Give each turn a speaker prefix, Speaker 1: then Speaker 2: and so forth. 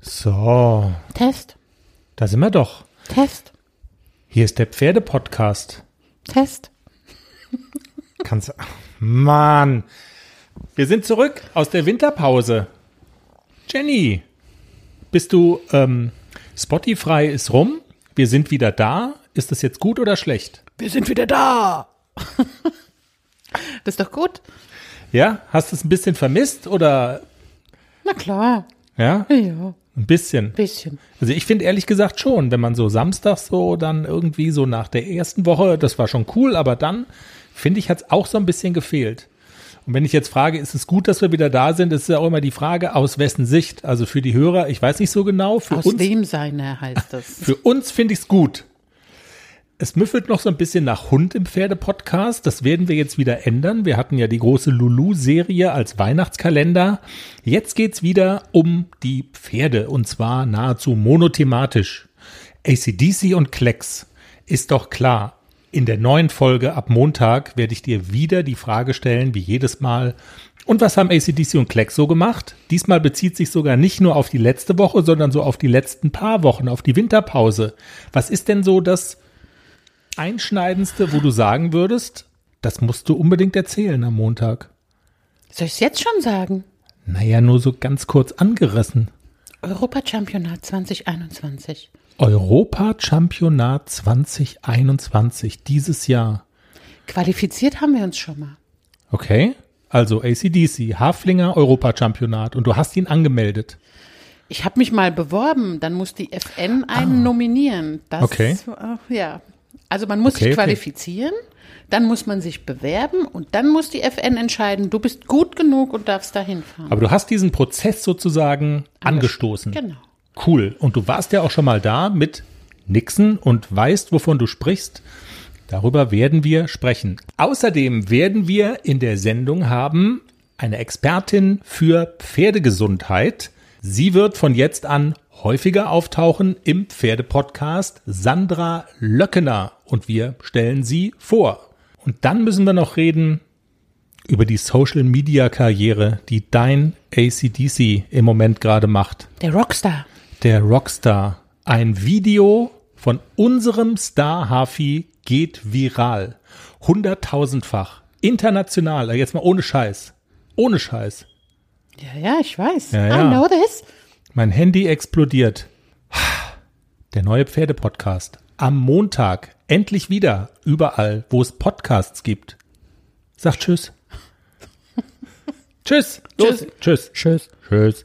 Speaker 1: So,
Speaker 2: Test,
Speaker 1: da sind wir doch.
Speaker 2: Test,
Speaker 1: Hier ist der Pferde-Podcast.
Speaker 2: Test.
Speaker 1: Kannst. Mann. Wir sind zurück aus der Winterpause. Jenny, bist du. Ähm, Spotify ist rum. Wir sind wieder da. Ist das jetzt gut oder schlecht?
Speaker 2: Wir sind wieder da. das ist doch gut.
Speaker 1: Ja? Hast du es ein bisschen vermisst oder.
Speaker 2: Na klar.
Speaker 1: Ja?
Speaker 2: Ja,
Speaker 1: Ein bisschen.
Speaker 2: bisschen.
Speaker 1: Also ich finde ehrlich gesagt schon, wenn man so samstags so dann irgendwie so nach der ersten Woche, das war schon cool, aber dann finde ich, hat es auch so ein bisschen gefehlt. Und wenn ich jetzt frage, ist es gut, dass wir wieder da sind, ist ja auch immer die Frage, aus wessen Sicht? Also für die Hörer, ich weiß nicht so genau, für
Speaker 2: Aus
Speaker 1: uns,
Speaker 2: wem seiner heißt das?
Speaker 1: für uns finde ich es gut. Es müffelt noch so ein bisschen nach Hund im Pferde-Podcast. Das werden wir jetzt wieder ändern. Wir hatten ja die große Lulu-Serie als Weihnachtskalender. Jetzt geht's wieder um die Pferde und zwar nahezu monothematisch. ACDC und Klecks. Ist doch klar. In der neuen Folge ab Montag werde ich dir wieder die Frage stellen, wie jedes Mal. Und was haben ACDC und Klecks so gemacht? Diesmal bezieht sich sogar nicht nur auf die letzte Woche, sondern so auf die letzten paar Wochen, auf die Winterpause. Was ist denn so das Einschneidendste, wo du sagen würdest, das musst du unbedingt erzählen am Montag?
Speaker 2: Soll ich es jetzt schon sagen?
Speaker 1: Naja, nur so ganz kurz angerissen.
Speaker 2: Europachampionat 2021.
Speaker 1: Europa-Championat 2021 dieses Jahr.
Speaker 2: Qualifiziert haben wir uns schon mal.
Speaker 1: Okay. Also ACDC, Haflinger Europachampionat und du hast ihn angemeldet.
Speaker 2: Ich habe mich mal beworben, dann muss die FN einen nominieren. Das,
Speaker 1: Ah. Okay.
Speaker 2: äh, ja. Also man muss
Speaker 1: Okay,
Speaker 2: sich
Speaker 1: okay.
Speaker 2: qualifizieren, dann muss man sich bewerben und dann muss die FN entscheiden, du bist gut genug und darfst dahin fahren.
Speaker 1: Aber du hast diesen Prozess sozusagen angestoßen.
Speaker 2: Genau.
Speaker 1: Cool. Und du warst ja auch schon mal da mit Nixon und weißt, wovon du sprichst. Darüber werden wir sprechen. Außerdem werden wir in der Sendung haben eine Expertin für Pferdegesundheit. Sie wird von jetzt an häufiger auftauchen im Pferdepodcast Sandra Löckener und wir stellen sie vor. Und dann müssen wir noch reden über die Social Media Karriere, die dein ACDC im Moment gerade macht
Speaker 2: Der Rockstar.
Speaker 1: der Rockstar. Ein Video von unserem Star Hafi geht viral. Hunderttausendfach. International. Also Jetzt mal ohne Scheiß. Ohne Scheiß.
Speaker 2: Ja, ja, ich weiß.
Speaker 1: Ja,
Speaker 2: I
Speaker 1: ja.
Speaker 2: know this.
Speaker 1: Mein Handy explodiert. Der neue Pferde-Podcast. Am Montag. Endlich wieder. Überall, wo es Podcasts gibt. Sag Tschüss. tschüss. Los. Tschüss. Tschüss. Tschüss.